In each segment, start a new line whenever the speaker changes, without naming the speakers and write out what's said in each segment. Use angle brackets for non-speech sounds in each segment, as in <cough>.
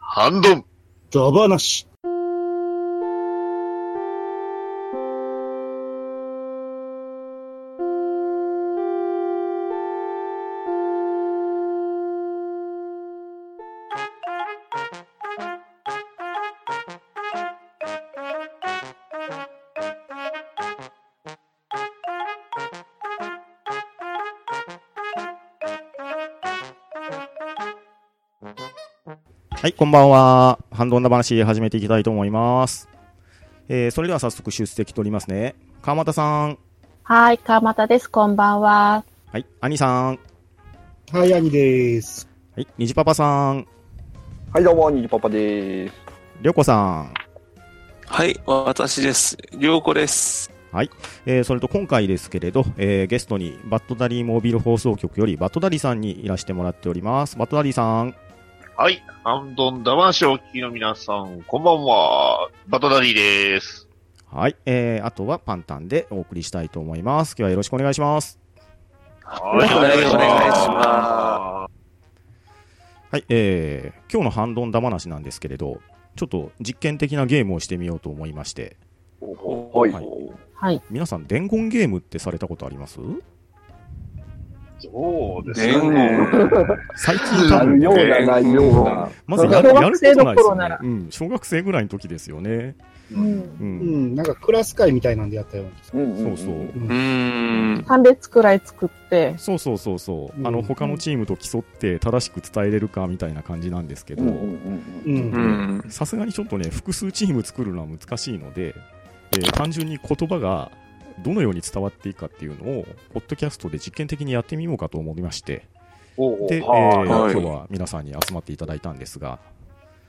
ハンドン。
ダバなし。
はい、こんばんは。ハンドンダ話始めていきたいと思います。えー、それでは早速出席取りますね。川又さん。
はい、川又です。こんばんは。
はい、兄さん。
はい、兄です。
はい、虹パパさん。
はい、どうも、にじパパでーす。
りょうこさん。
はい、私です。りょうこです。
えー、それと今回ですけれど、えー、ゲストにバットダリーモービル放送局よりバットダリーさんにいらしてもらっております。バットダリーさん。
はい。ハンドン魂をお聞きの皆さん、こんばんは。バトダディです。
はい、えー、あとはパンタンでお送りしたいと思います。今日はよろしくお願いします。
はい
お願いします
はい、えー、今日のハンドンダ話なんですけれど、ちょっと実験的なゲームをしてみようと思いまして、
は
はい
い。
はい。
皆さん伝言ゲームってされたことあります
そうです
伝言。
最近
あ
多
る
分、
ような、ないような。
まずやる
小
やるこ
学生
とない
の
ですよ
頃
ね
なら。
うん、小学生ぐらいの時ですよね。
う
う、
ん。
うんん、なんかクラス会みたいなんでやったような。
うん
そうそう。
うーん。
3列くらい作って、
そうそうそうそうう。
ん
あの、他のチームと競って正しく伝えれるかみたいな感じなんですけ
う
ど
ん、うん
う。
うんん。
さすがにちょっとね、複数チーム作るのは難しいので、えー単純に言葉がどのように伝わっていくかっていうのを、ポッドキャストで実験的にやってみようかと思いまして、
おうおう
で、えー
は
はい
今日は皆さんに集まっていただいたんですが、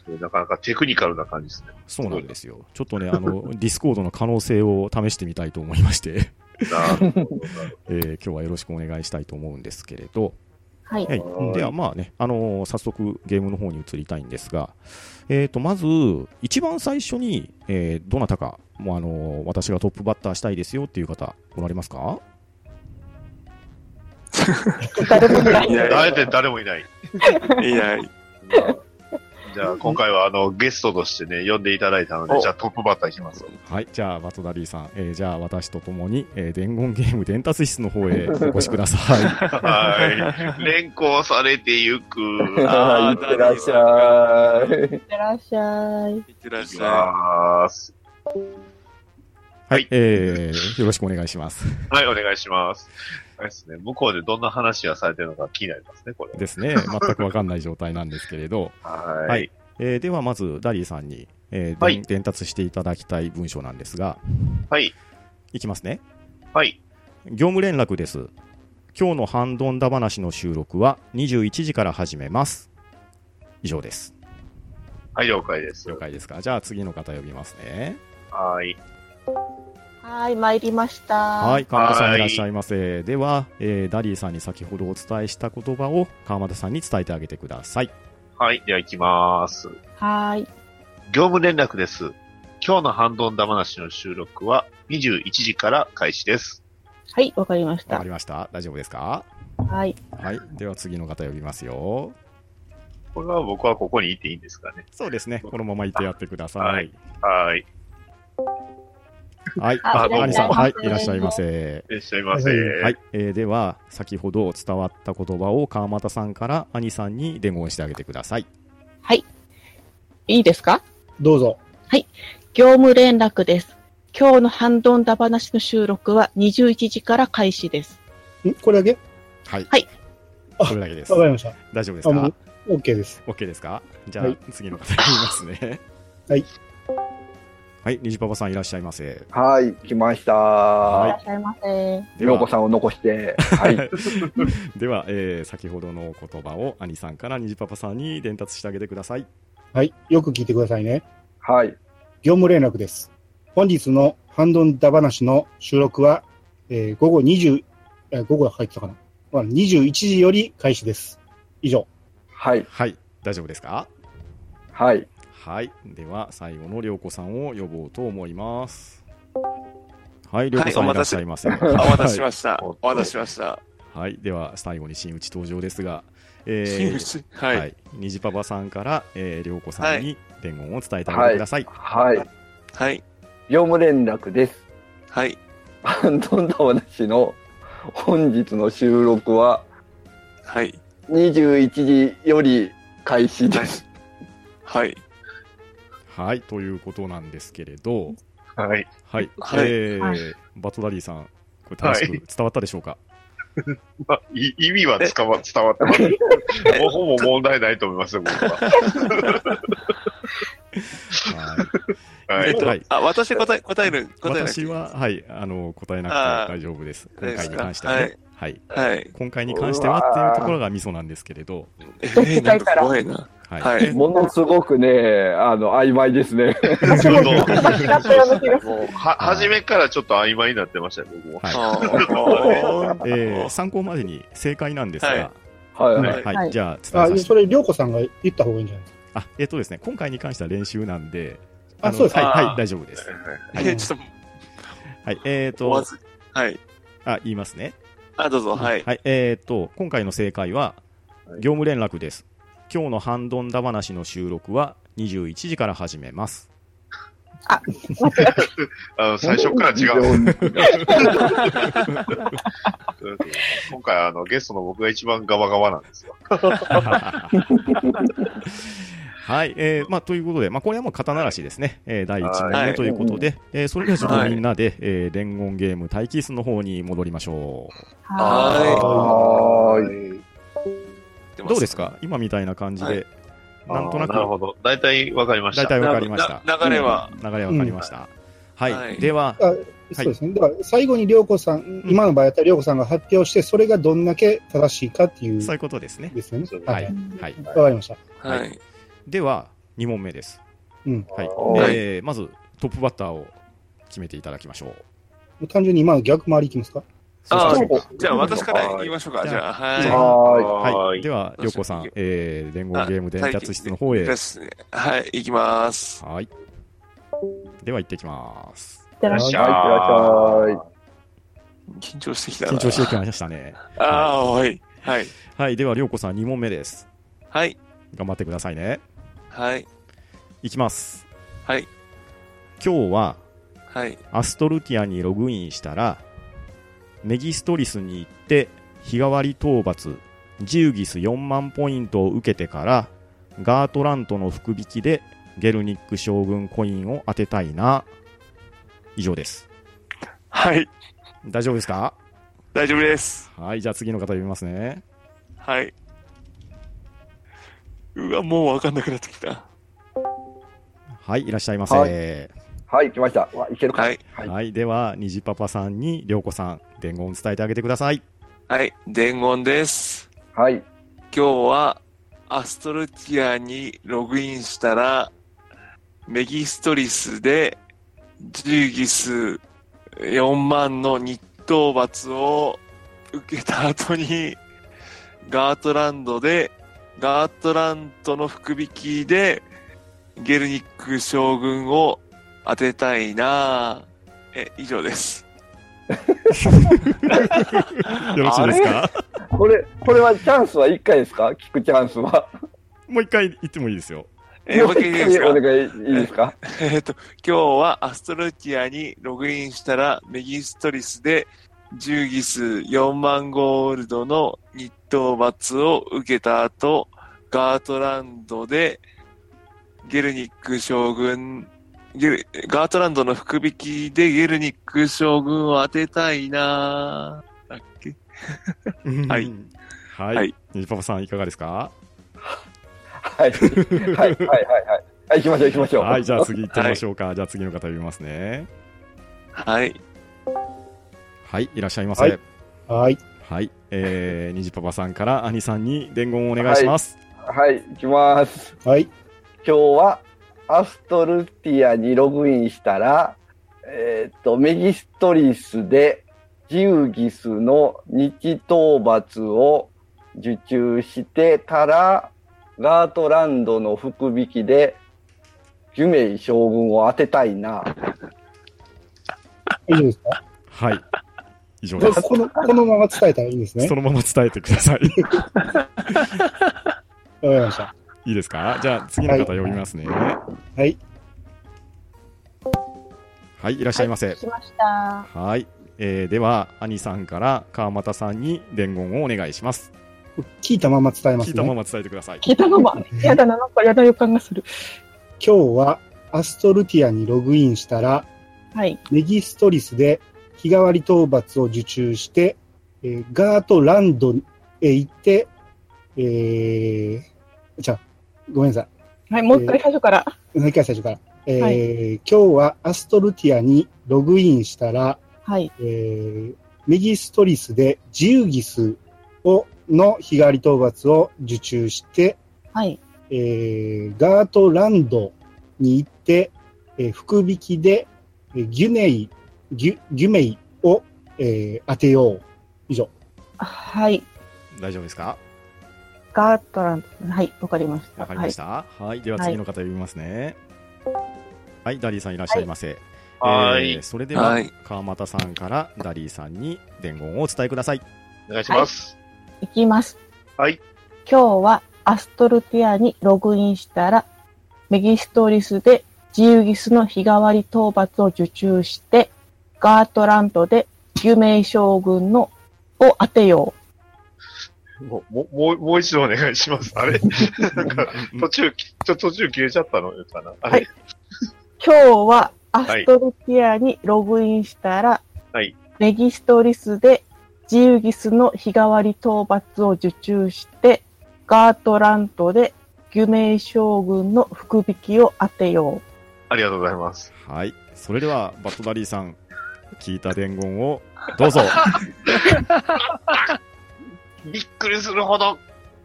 いなかなかテクニカルな感じですね。
そうなんですよ。ちょっとね、あの、 <laughs> ディスコードの可能性を試してみたいと思いまして。 <laughs>
な
<laughs>
るほ
えー今日はよろしくお願いしたいと思うんですけれど、
はい。
はい
はい
ではまあね、あのー早速ゲームの方に移りたいんですが、えー、とまず一番最初に、えーどなたかもう、あのー私がトップバッターしたいですよっていう方おられますか
誰もいない
い
い。
ど。あ
な
えて誰もいない。
い。いない。
じゃあ、今回はあの、ゲストとしてね、呼んでいただいたので、
お
じゃあトップバッターいきます。
はい、じゃあバトダリーさん、えーじゃあ私と共に、えー伝言ゲーム伝達室の方 <laughs> へお越しください。
はい。連行されてゆく。
はい、いってらっしゃい。
ってらっしゃい。
いってらっしゃ
ます。
はい、えーよろしくお願いします。
はい、お願いします。あれですね、向こうでどんな話がされてるのか気になりますね、これ。
ですね、全くわかんない状態なんですけれど、
はい。
はいえーではまずダリーさんに、えー
はい
伝伝達していただきたい文章なんですが、
はい。
いきますね。
はい。
業務連絡です。今日のハンドンダ話の収録は21時から始めます。以上です。
はい、了解です。
了解ですかじゃあ次の方呼びますね。
はい。
はい、参りました。
は、。
はい
川俣さ
は
ん
い
いらっしゃいませ。では、えーダリーさんに先ほどお伝えした言葉を川俣さんに伝えてあげてください。
はい、では行きます。
はい。
業務連絡です。今日のハンドンダ話の収録は21時から開始です。
はい、わかりまし
わ
た
かり。ました大丈夫ですか
はい。
はい。では次の方呼びますよ。
これは僕はここにいていいんですかね。
そうですね。このままいてやってくださ。
はいはい。
はい。
あ
あ、
いら
ア
っ
ニ
しゃ
さ
い
ん、
ませ
はい。いらっしゃいませ。
いらっしゃいませ。
は
はい、えーでは先ほど伝わった言葉を川又さんから兄さんに伝言してあげてください
はい。いいですか
どうぞ。
業務連絡です。今日のハンドンダ話の収録は21時から開始です。
んこれだけ
はい、
はい
それだけです
わかりました。
大丈夫です
あ、も
か
う、OK です。
OK ですかじゃあ、
はい
次の方言いますね
<laughs> はい
はい虹パパさんいらっしゃいませ
はい、来ました。
いら
は
っしゃいませ。
い。ようこさんを残して。はい。
では、えー先ほどの言葉を兄さんから虹パパさんに伝達してあげてください
はい。よく聞いてくださいね。
はい。
業務連絡です。本日のハンドンダ話の収録は、えー午後20、えー午後は入ってたかな、まあ、21時より開始です。以上。
はい。
はい大丈夫ですか
はい。
はいでは最後の涼子さんを呼ぼうと思いますはい涼
は
子
い
さんいら
お
っ
待た
し
せ
ゃいませ、
い。お待たせしました
はい。
お待たせしました。
はい、では最後に真打ち登場ですが、えー
はい。
はい、虹パパさんから、えー、涼子さんに伝言を伝えてあげ
は
て
い。
ください。
はい。
はい。
業務連絡です。
はい。
ハンドンダ話の本日の収録は
はい。
21時より開始です。
はい。
はい、ということなんですけれど、
はい。
はい、
はい
えー
はい
バトダリーさん、これ楽しく伝わったでしょうか。
まあ、い意味はつかま伝わってます。もうほぼ問題ないと思いますよ、僕は。は
はい
えっ
い。
と、
はい
あ、私で答え、答える、答えなくてい
私
い
は、はい、あの答えなくて大丈夫です。
あ
今
ー
回に関してはね、
そう
は
で
い、
はい。
今回に関してはっていうところがミソなんですけれど、
え
どっち
ー、
か
なん
いた
から怖いな。
はい、
はい
え
ものすごくね、あの、曖昧ですね。
ちょっと
間違ったような気がする。
もう
は、初めからちょっと曖昧になってましたよ、僕も。
はい
<laughs>
あー
えー参考までに正解なんですが、
はい
はいはい。
はい
はい
じゃあ伝え
あ
さ、せて
それ、りょうこさんが言った方がいいんじゃないですか。
あ、えっ、とですね、今回に関しては練習なんで、
あ
の
そうです
は
か
い、
あー
はい大丈夫です。
えーちょっ
はい、えっ、
と、おわ
と、
ず。はい。
あ、言いますね。
あ、どうぞ、はい。
えっ、と、今回の正解は
はい、
業務連絡です。今日のハンドンダ話の収録は21時から始めます。
あの、最初から違う。
う。
うん <laughs> 今回、あの、ゲストの僕が一番ガバガバなんですよ。
<laughs> はい、えーまあ、ということで、まあ、これはもう肩慣らしですね、えー第1問目ということで、えーそれではちょっとみんなで、えー伝言ゲーム待機室の方に戻りましょ
は
はーい。
い。
い。
う。どうですか今みたいな感じで、なんとなく
なるほど。大体わかりました。
大体わかりました。
なな流れは、
流れわかりました。はい、
はい
では、
あそうですね。だから、最後にりょうこさん、今の場合だったらりょうこさんが発表して、それがどんだけ正しいかっていう、
そういうことですね。
ですよね
そう。
は
はいい。、
はい。
わかりました。
は。
はいでは、2問目です。
うん。
はい
は。い
えーまず、トップバッターを決めていただきましょう。
単純に今の逆回りいきますか
そうしましょうか
じゃあ、私から言いましょうか。じゃあ、
じゃ
はい。
は
は
はいい。では、りょうこさん、えー、伝言ゲーム伝達室の方へ
で。すね。はい、行きます。
はい。では、行ってきます。
いってらっしゃい
い。はい、いらっしゃい。
緊張してきたな。
緊張してきました <laughs> ね。
ああ、はい。はい。
はい。では、りょうこさん、2問目です。
はい。
頑張ってくださいね。
はい。
いきます。
はい。
今日は、
はい。
アストルティアにログインしたら、メギストリスに行って、日替わり討伐、ジウギス4万ポイントを受けてから、ガートラントの福引きで、ゲルニック将軍コインを当てたいな。以上です。
はい。
大丈夫ですか
大丈夫です。
はい、じゃあ次の方読みますね。
はい。うわ、もうわかんなくなってきた。
はい、いらっしゃいませ。は、
はいはい、来ました。わいけるか。
はい。
では、虹パパさんに、りょうこさん、伝言を伝えてあげてください。
はい。伝言です。
はい。
今日は、アストルティアにログインしたら、メギストリスで、ジューギス4万の日討罰を受けた後に、ガートランドで、ガートランドの福引きで、ゲルニック将軍を当てたいなぁえ、以上です。
よろしいですか
これ、これはチャンスは1回ですか聞くチャンスは。
もう一回言ってもいいですよ。
え、もう一回いいですか
お願いいいですか
えっと、今日はアストルティアにログインしたら、メギストリスで、ジューギス4万ゴールドの日当罰を受けた後、ガートランドで、ゲルニック将軍、ゲルガートランドの福引きでゲルニック将軍を当てたいなぁ。だっけはい。
はい。
はい
虹パパさん、いかがですか
はい。はい、はい、はい、はい。はい、行きましょう、行きましょう。
はい、じゃあ次行ってみましょうか。じゃあ次の方読みますね。
はい。
はい、いらっしゃいませ。は
はいい。はい。
えー、虹パパさんから兄さんに伝言をお願いします。
はい、行きます。
はい。
今日は、アストルティアにログインしたら、えーっと、メギストリスで、ジウギスの日討伐を受注してから、ガートランドの福引きで、ジュメイ将軍を当てたいな。
大丈夫ですか
はい。以上です。
この、このまま伝えたらいいんですね
そ。のまま伝えてください。
わかりました。
いいですかじゃあ次の方呼びますね。は
はい。
い、いらっしゃいませ。
来ました。
はい。えーでは、兄さんから川又さんに伝言をお願いします。
聞いたまま伝えます
聞
ね。
いたま
今
ま伝えてください。
聞いたまま。やだな、なんかやだ予感がする。
日はアストルティアにログインしたら、
はい。
メギストリスで日替わり討伐を受注して、えーガートランドへ行って、えー、じゃあごめんなさい。
はい、もう一回最初から。
もう一回最初から。えー
は
今日はアストルティアにログインしたら、
はい。
えーメギストリスでジウギスをの日替わり討伐を受注して、
はい。
えーガートランドに行って、えー福引きで、えーギュネイ、ギュギュメイを、えー当てよう。以上。
はい。
大丈夫ですか
ガートランド。はい、わかりました。
わかりました。はい、では次の方呼びますね。はい、ダリーさんいらっしゃいませ。
はーい
えーそれでは、
はい
川又さんからダリーさんに伝言をお伝えください。
お願いします。
はい。いきます。
はい。
今日はアストルティアにログインしたら、メギストリスでジウギスの日替わり討伐を受注して、ガートランドで有名将軍のを当てよ
もう、もうもう、もう一度お願いします。あれ <laughs> なんか、途中、きちょ、途中消えちゃったのかなあれ、
はいいう。今日はアストルティアにログインしたら、
はい
メギストリスでジウギスの日替わり討伐を受注して、ガートランドで有名将軍の福引きを当てよう。
ありがとうございます。
はい、それでは、バットダリーさん、聞いた伝言をどうぞ。
びっくりするほど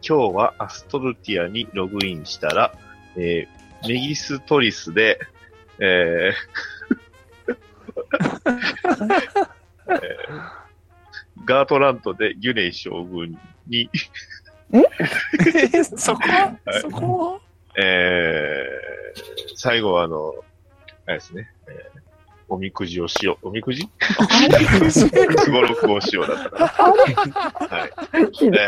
今日はアストルティアにログインしたら、えー、メギストリスで、え <laughs> ーえーガートラントでギュネイ将軍に、 <laughs>
えそこ
はい
そこ
えー最後はあの、あれですね、えーおみくじをしよう。おみくじ <laughs> すごろくをしようだったから。はい。
ひ
<laughs>
どい。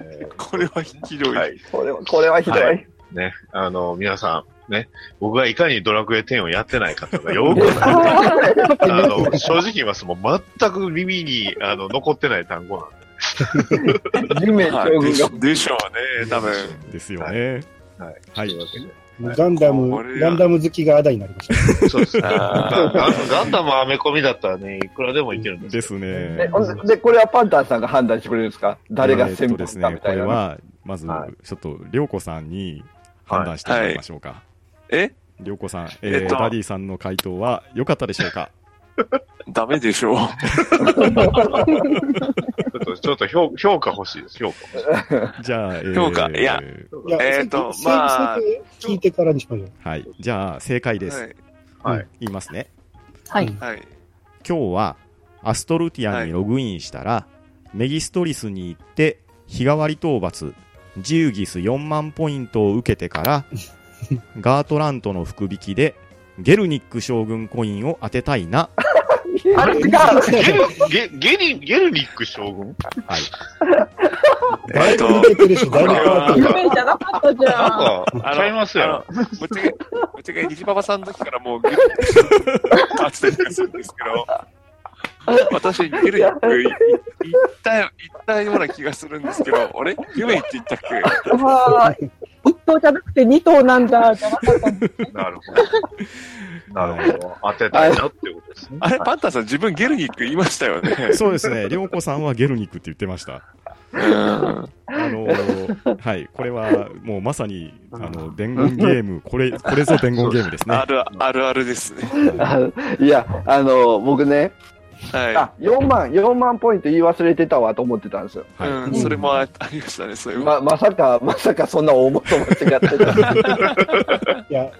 えー
これはひどい。
はい。
<laughs> これは、これはひどい。
はね、あの、皆さん、ね、僕がいかにドラクエ10をやってないかとか、よく、あの、正直言います。もう全く耳に、あの、残ってない単語なんで。
夢
は
将
い
軍
でし
が。
でしょうね、多分。
ですよね。
はい。
はい
とうわけではい
ガンダ
こ
ム、
れは
ガンダム好きがあだになりました。
そうですね。ガン
あ
ガンダムアメコミだったらね、いくらでもいけるんです
で
よ
す
え
ね。
ほんでで、これはパンタンさんが判断してくれるんですか誰が先
えーっと
輩
で
か
す
み
ね、こ
たい
れ
な。
は、まず、
は
ちょっと、りょうこさんに判断してもらいましょうか。
ーえ
りょうこさん、えー
えっと
ダディさんの回答は良かったでしょうか
ダメでしょう。
ちょっと、ちょっと評評価欲しいです、評価欲しい。
じゃあ、えー
評価いや
いや
えーと
せっかく
まあ
せっかく聞いてからにしましょう。
はい。じゃあ、正解です。
はい。
言いますね。
はい。
はい。
今日は、アストルティアにログインしたら、メギストリスに行って、日替わり討伐、ジウギス4万ポイントを受けてから、ガートラントの福引きで、ゲルニック将軍コインを当てたいな。
あれ違う
ゲル、ゲ、ゲリ、ゲルニック将軍
はい。
だ
え
いぶ
っと、
抜けてるし、だいぶ変わってる。
夢じゃなかったじ
なん
ゃん。
か、ちゃいますやろ。
あのぶっちゃけ、ぶっちゃけ、西馬場さんの時からもうゲルニックと扱ってたりするんですけど、私、ゲルニックいい言ったよ、言ったような気がするんですけど、俺、夢って言ったっけ
はーい。一頭じゃなくて二頭なんだ。じゃなかったんだ
なるほど。なるほど。当てたいなっていうことですね。
あれ、パンタさん、自分ゲルニック言いましたよね。
そうですね。りょうこさんはゲルニックって言ってました。
うん
あのーはい。これは、もうまさに、あの、伝言ゲーム、これ、これぞ伝言ゲームですね。
<laughs> あるあるあるですね。
はい
いや、あの、僕ね、あ、
は
4万、4万ポイント言い忘れてたわと思ってたんですよ。
い。
は
うん、それもあありましたね、そういう。
ま、まさか、まさかそんな大元間違っ
<laughs>
てた。
いや、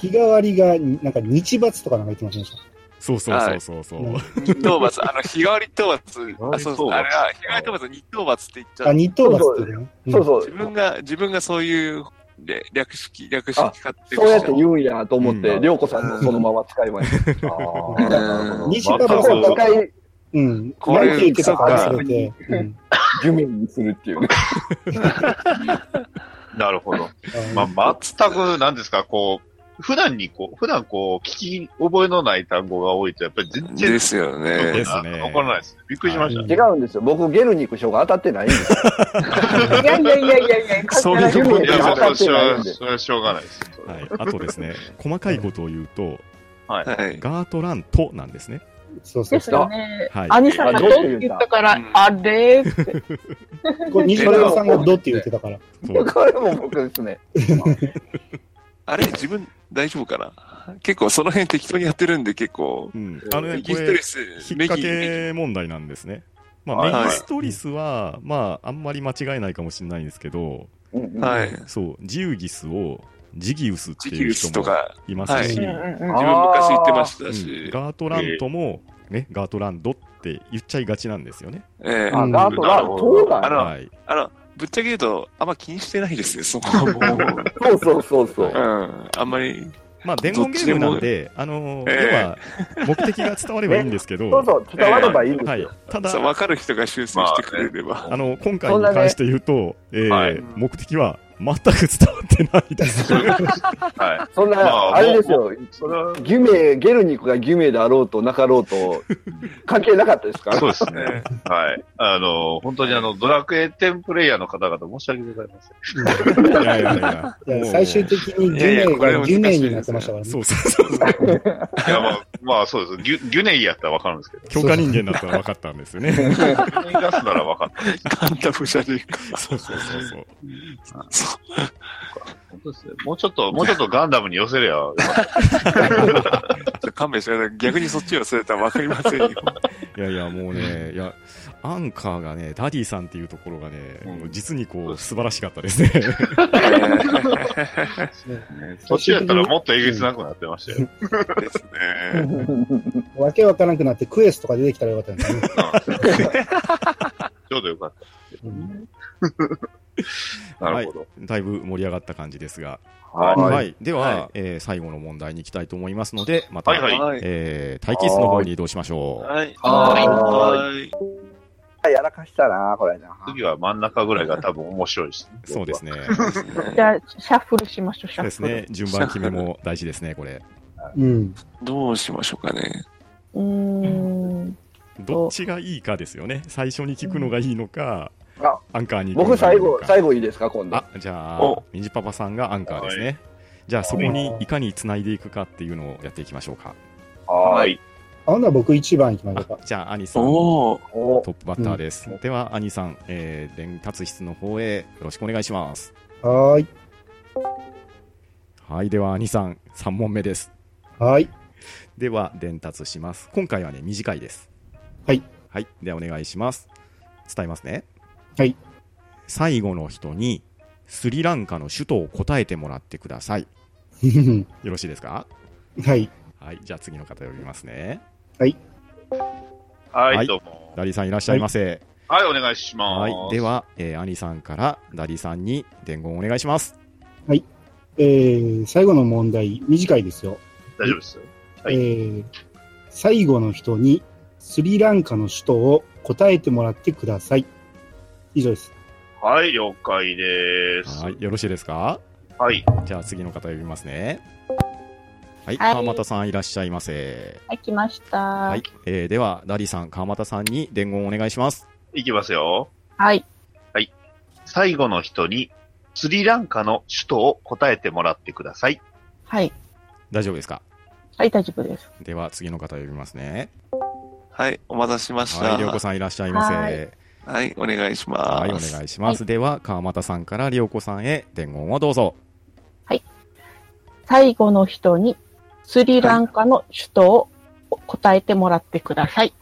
日替わりが、なんか日罰とかなんか言ってませんでし
い。そうそうそうそうそ
た。
う。
うん
日討伐、あの、日替わり討伐、あ、そうそう、あれは、日替わり討伐、日討伐って言っちゃ
あ、
う。
日討伐ってね。うん
そうそう
自。分が、自分がそういう略略式、略式
あ
買って
そうやって言うんやと思っ
う
て、
ん
りょうこさんのそのまま使いました。
あー
西馬場さん
使い、
うん。
これ
なんて言ってたか忘れて。うん。
呪面にするっていうね。
なるほど。ま
あ
あ、全く、なんですか、こう、普段にこう、普段こう、聞き覚えのない単語が多いと、やっぱり全然、
ですよね。
すね
わからないです。びっくりしました。
違うんですよ。僕、ゲルニック賞が当たってないんです。
いやいやいやいやいや、
そういうとこ
いや、もう
当たっ
そ
て
れ
ない
は、
んで
それはしょうがないです。
はい、あとですね、細かいことを言うと、
はい。
はい。
ガートラントなんですね。
そうそう
です
そう。
よね。
はい。
アニサがどうって言ったから、あれって。
これ、西村さんがどって言ってたから。
そう
これも僕ですね。
あれ、自分大丈夫かな結構その辺適当にやってるんで結構。
うん。あのね、
メ
こ
ギスト
れ
リ、ス、
引っ
メ
掛
ギ、メ
け問題なんですね。ま
は
あ、
い
メギストリスは、まあ、あんまり間違えないかもしれないんですけど、
うん
ギ
うん
はい。
そう、ジウギスをジギウスって
ジ
い
キ
う
ウ
人
スと
も
か、
いますし、
うん
うん
うんうん
あ
自分昔言ってましたし。
ガートラントも、ね、ガートランドって言っちゃいがちなんですよね。
ええ
あ、
うん
ガートランそうだ
あ
ね。
の
はい。
あの、ぶっちゃけ言うと、あんま気にしてないですね、そこはもう。
そうそうそうそうう。
ん。あんまり。
まあ、伝言ゲームなんで、あのー
ええ
要は、目的が伝わればいいんですけど、
そうそう、伝わればいいんです
はい
よ。。
ただ
さ、分かる人が修正してくれ
<laughs>
れば。
あの、今回に関して言うと、えー
はい
目的は全く伝わってないです。
はい。
そん
まあ
な、あれですよ。
それは、
ギュメ、ゲルニックがギュメであろうとなかろ
<laughs>
うと、関係なかったですから。
そうですね。はい。あの、本当にあの、ドラクエ10プレイヤーの方々、申し訳ございません。
いやいやいや
いや最終的に
いやいや
10名
これ
が
難しい
10
です
名
ね
になってましたからね。
そうそうそうそう。
いや、まあ、まあ、そうです。ギュギュネイやったらわかるんですけど、
強化人間だったら分かったんですよね。
ギュネイガスならわかる。
ガンダムじゃねえか。
そうそうそうそう。
そ
本当ですね。もうちょっと、もうちょっとガンダムに寄せりゃ、
う。勘弁してください。逆にそっちを忘れたら分かりませんよ。
いやいや、もうね、いや、アンカーがね、ダディさんっていうところがね、
うん
実にこう、素晴らしかったですね。
そっちやったらもっとえげつなくなってましたよ。
ですね。
わけわからなくなってクエストが出てきたらよかったんだね。
ちょうどよかった。
うん
なるほど。
だいぶ盛り上がった感じですが。
はい。
はい。
い
では、
はい
えー最後の問題に行きたいと思いますので、また、
はいはい
えー待機室の方に移動しましょう。
はい。
はい
はい。
やらかしたな、これな。
次は真ん中ぐらいが多分面白いですね。
<laughs> そうですね。
じゃあ、シャッフルしましょう、シ
そ
ャ
うで
ッ
す
フル。
ね。順番決めも大事ですね、これ。
うん。
どうしましょうかね。
うーん。
どっちがいいかですよね。最初に聞くのがいいのか、
あ
アンカーに行くの
僕、
がい
最
いの
後、
か。
最後いいですか、今度。
あ、じゃあ
お、
ミジパパさんがアンカーですね。じゃあ、そこにいかにつないでいくかっていうのをやっていきましょうか。
は
はい。
い。
あ、ほんなら僕1番行きましょう
あ
か。
じゃあ、アニさん、ト
おお。
お
ップバッターです。では、アニさん、えー、伝達室の方へよろしくお願いします。
はーい。
はい、では、アニさん、3問目です。
はーい。 <laughs>
では、伝達します。今回はね、短いです。
はい。
はい、ではお願いします。伝えますね。
はい。
最後の人に、スリランカの首都を答えてもらってください。よろしいですか
はい。
はい、じゃあ次の方呼びますね。
はい、どうも。
ダリさんいらっしゃいませ。
はい、お願いしま
は
す。
い、で。は、えー、兄さんからダリさんに伝言お願いします。
えー、最後の問題、短いですよ。
大丈夫です。はい
えー、最後の人にスリランカの首都を答えてもらってください。以上です。
はい、了解です。
はい、よろしいですか
はい。
じゃあ次の方呼びますね。はい、
はい
川俣さんいらっしゃいませ。
はい、来ました。
は
はいい。、
えー、では、ダリさん、川俣さんに伝言お願いします。
いきますよ。
はい。
最後の人に、スリランカの首都を答えてもらってください。
はい、
大丈夫ですか
大丈夫です。
では、次の方呼びますね。
はい、お待たせしまし
は
た。
い、りょうこさんいらっしゃいませ。
はい
はい、お願いします。
はい、お願いします。では、川俣さんからりょうこさんへ伝言をどうぞ。
最後の人にスリランカの首都を答えてもらってください。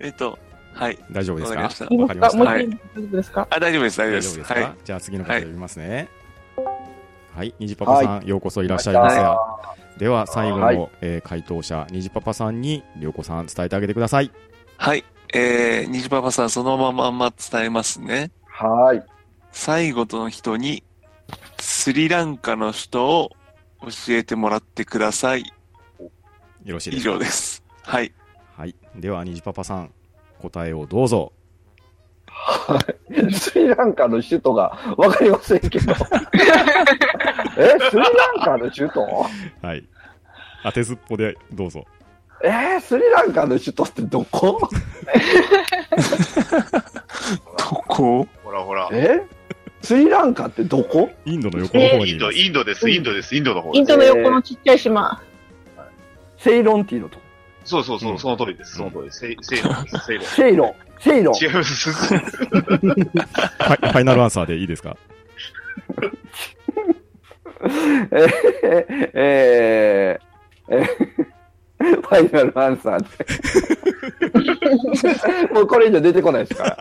えっと、はい、
大丈夫
わ
です
かり
か
ました。
いい
わ
で
か
す
りま
か
し
も
た。
う一
はい
回大丈夫ですか
あ、大丈夫です、大丈
大
夫で
丈夫
す。
です
はい
か。じゃあ、次の方
はい
呼びますね。はい、にじパパさん、ようこそいらっしゃいま
は
せ。では、最後
は
の
い
えー回答者、にじパパさんに、りょうこさん伝えてあげてください。
はい、えー、虹パパさん、そのままま伝えますね。
はい。
最後の人に、スリランカの人を教えてもらってください。
よろしいで
以
すか
上です。はい。
はい。では、虹パパさん、答えをどうぞ。
はいスリランカの首都がわかりません
<laughs>
けど。え、スリランカの首都
はい。当てずっぽでどうぞ。
えー、スリランカの首都ってどこ
どこ
ほらほら。
えスリランカってどこ
インドの横の方に
イ
い
ン
ま
ド、
す。
インドです、インドです、インドの方
イン
です。
ドの横のちっちゃい
<laughs>
島。
セイロンティーのとこ。
そうそうそうう、
ん
その通りです。その通りです。せい、せいろです、せいろ。
セイロン。セイロン。
違います。 <laughs>
はいファイナルアンサーでいいですか <laughs>
えーえー <laughs> えーファイナルアンサーで。もうこれ以上出てこないですから。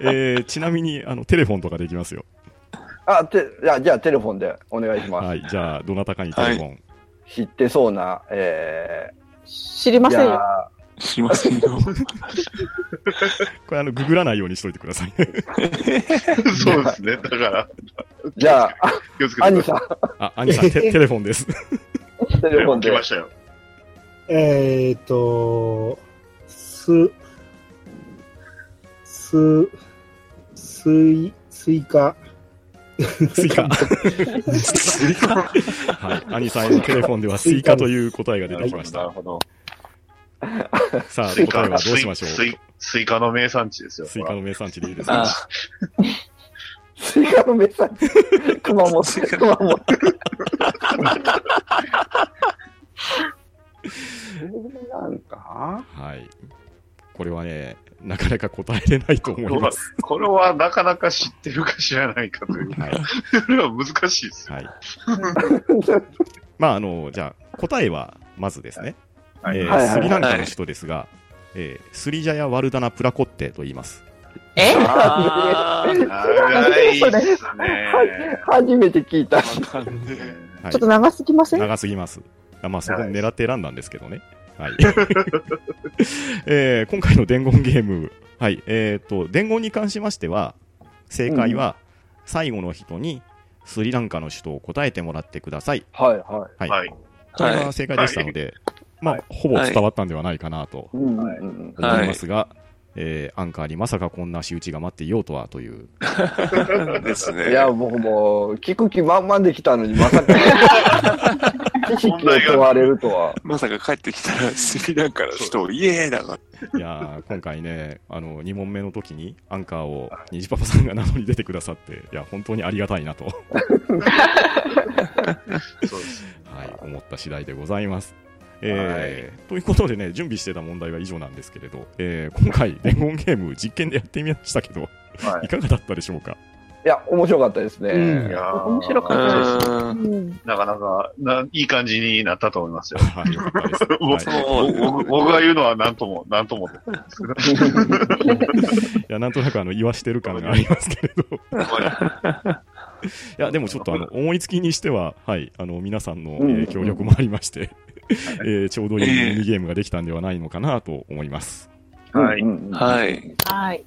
えー、ちなみに、あの、テレフォンとかできますよ。
あ、てじゃあ、じゃあテレフォンでお願いします。
はい。じゃあ、どなたかにテレフォン。
知ってそうな、え
知り
ー、
ま
じ
せん
ゃ
よ。
あ、
すいません
<laughs>
よ。
これ、あの、ググらないようにしといてくださいね。
そうですね。だから、
じゃあ、
気をつけ
ア
てく
ニ
ださ
さ
あ、アニさん、テテレフォンです。
ん、テ
い。
レフォン
来
で
ま。したよ。
えーっと、す、す、すい、スイカ。
スイカ。スイカはい。アニさんへのテレフォンでは、スイカという答えが出てきまし
な
た
る。ほど。
さあ、
スイ
答
カ
えはどうしましょう
スイスイスイカの名産地ですよ。
スイカの名産地でいいですか
ああ、
スイカの名産地。熊本、熊本。 <laughs> なんか <laughs>
はい。これはね、なかなか答えれないと思います。
これはなかなか知ってるか知らないかという。
はい。
それは難しいですよ。
はい。まあ、あの、じゃあ、答えは、まずですね。
はい
えー
はいはい
スリランカの首都ですが、えースリジャヤ・ワルダナ・プラコッテと言います。
え
あ
<laughs>
ー
長いですね。
初めて聞いた。
わかんねえ
はい
ちょっと長すぎません
長すぎます。あまあ、そこ
はい
狙って選んだんですけどね。はい。 <laughs> えー今回の伝言ゲーム、はい。えっ、と、伝言に関しましては、正解は、最後の人にスリランカの首都を答えてもらってください。
はいは
はい。
はい。
これ
は
が正解でしたので、まあ、ほぼ伝わったんではないかなと
い。うんうん
思いますが、えーアンカーにまさかこんな仕打ちが待っていようとはという、
い。です
うん
ね。
いや、僕もう、聞く気満々できたのに、まさか、知識を問われるとは。
まさか帰ってきたらスリランカの人をイエーイだから。
いやー今回ね、あの2問目の時にアンカーを虹パパさんが名乗り出てくださって、いや、本当にありがたいなと、
そうですね。
はい、思った次第でございます。えーということでね、準備してた問題は以上なんですけれど、えー今回、伝言ゲーム、実験でやってみましたけど、
はい
かがだったでしょうか。
いや、面白かったですね。
うん
<laughs>
いやー
面白かったです
う。
うんん。
なかなかないい感じになったと思いますよ。
<laughs> はい、よかったです。はい
そう
僕僕が言うのは何とも、何とも。
いや、なんとなくあの言わしてる感がありますけれど。いや、でもちょっとあの思いつきにしては、はい、あの皆さんの、えー
うん
協力もありまして、 <laughs> えーちょうどいいミニゲームができたんではないのかなと思います。
はい
うんうんうん
は
はい。
い。
はい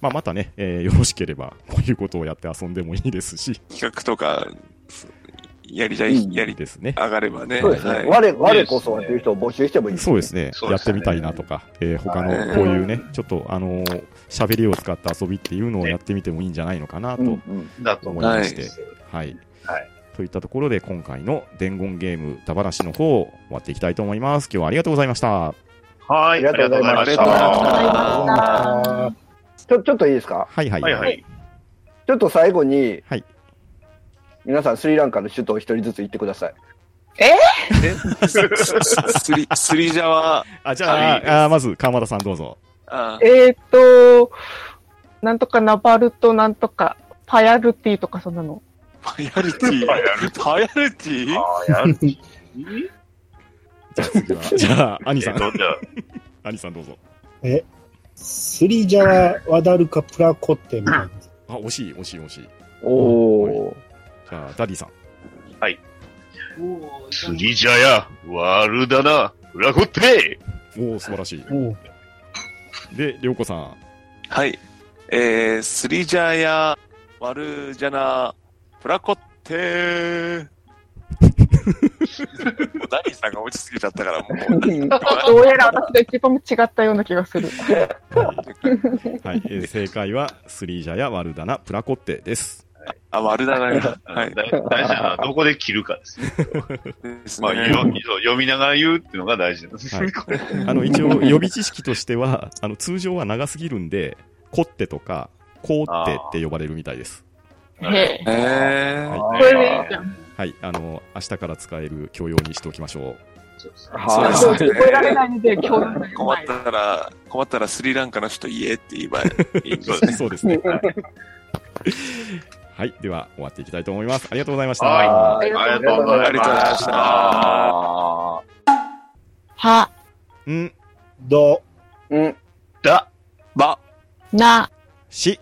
まあ、またね、えーよろしければ、こういうことをやって遊んでもいいですし、
企画とか、やりたい、やり
ですね。
上がればね。
そうですね。
はい
我、我こそはという人を募集してもいい
そうですね
そう
や
で
っ
す
て
ね
みたいなとか、えー他の
はい
こういうね、ちょっと、あのー喋りを使った遊びっていうのをやってみてもいいんじゃないのかなと
うんうん
だと思
思
い
い
ま
まし
す
て。はい。
はい
といったところで、今回の伝言ゲーム、ダバなしの方を終わっていきたいと思います。今日はありがとうございました。
はい、ありがとうございました。
ありがとうございました
あ
ちょ、ちょっといいですか
はいはい。
はいはい。
ちょっと最後に、
はい
皆さんスリランカの首都を一人ずつ行ってください。
スリ、スリジャワ、
あ、じ
はいいいです
ゃあ、あまず、川俣さんどうぞ。
あ
えっと、なんとかナバルトなんとか、パヤルティとかそんなの。
ファイアリティ。フ
パヤ
ァイアリティ
あーや
<laughs>
る
じゃあ次は。じゃあ、兄
え
さ
っ
ん。
と、じゃあ、
兄さんどうぞ。
<laughs> スリジャワワダルカプラコッテみたいな。
あ、惜しい、惜しい、惜しい。
お
は
ー。
じゃあ、ダディさん。
スリジャヤ、ワルダナ、裏コって
おお素晴らしい。
おう
で、りょうこさん。
はい。えー、スリジャヤ、
<laughs>
ワルジャナ、プラコッテー。ダニーさんが落ち着きちゃったから、もう。
<laughs> どうやら私が一番違ったような気がする。
はい、えー正解はスリージャやワルダナ、プラコッテです。
あ、悪だなが。はい。
大大事なのはどこで切るかです。
です
まあ、
ね
よ読みながら言うっていうのが大事なんです。
はいあの一応予備知識としてはあの通常は長すぎるんでコッテとかコーテって呼ばれるみたいです。
へえ。
へえ
はい
これでいいじゃん。
はい、あの明日から使える教養にしておきましょう。
そうです
は
そう
そうですね
覚えられないので、今日の内容
困
な
っ
い
たら、困ったらスリランカの人言えって言えばいいんで
そう
すね。
そうですね。はい、では終わっていきたいと思います。ありがとうございました。
は。
はい
い
ありがとうございま
ありがとうございま
し
したた。
あ
は、
ん
どう
ーうん。
だ
ば、
な、
し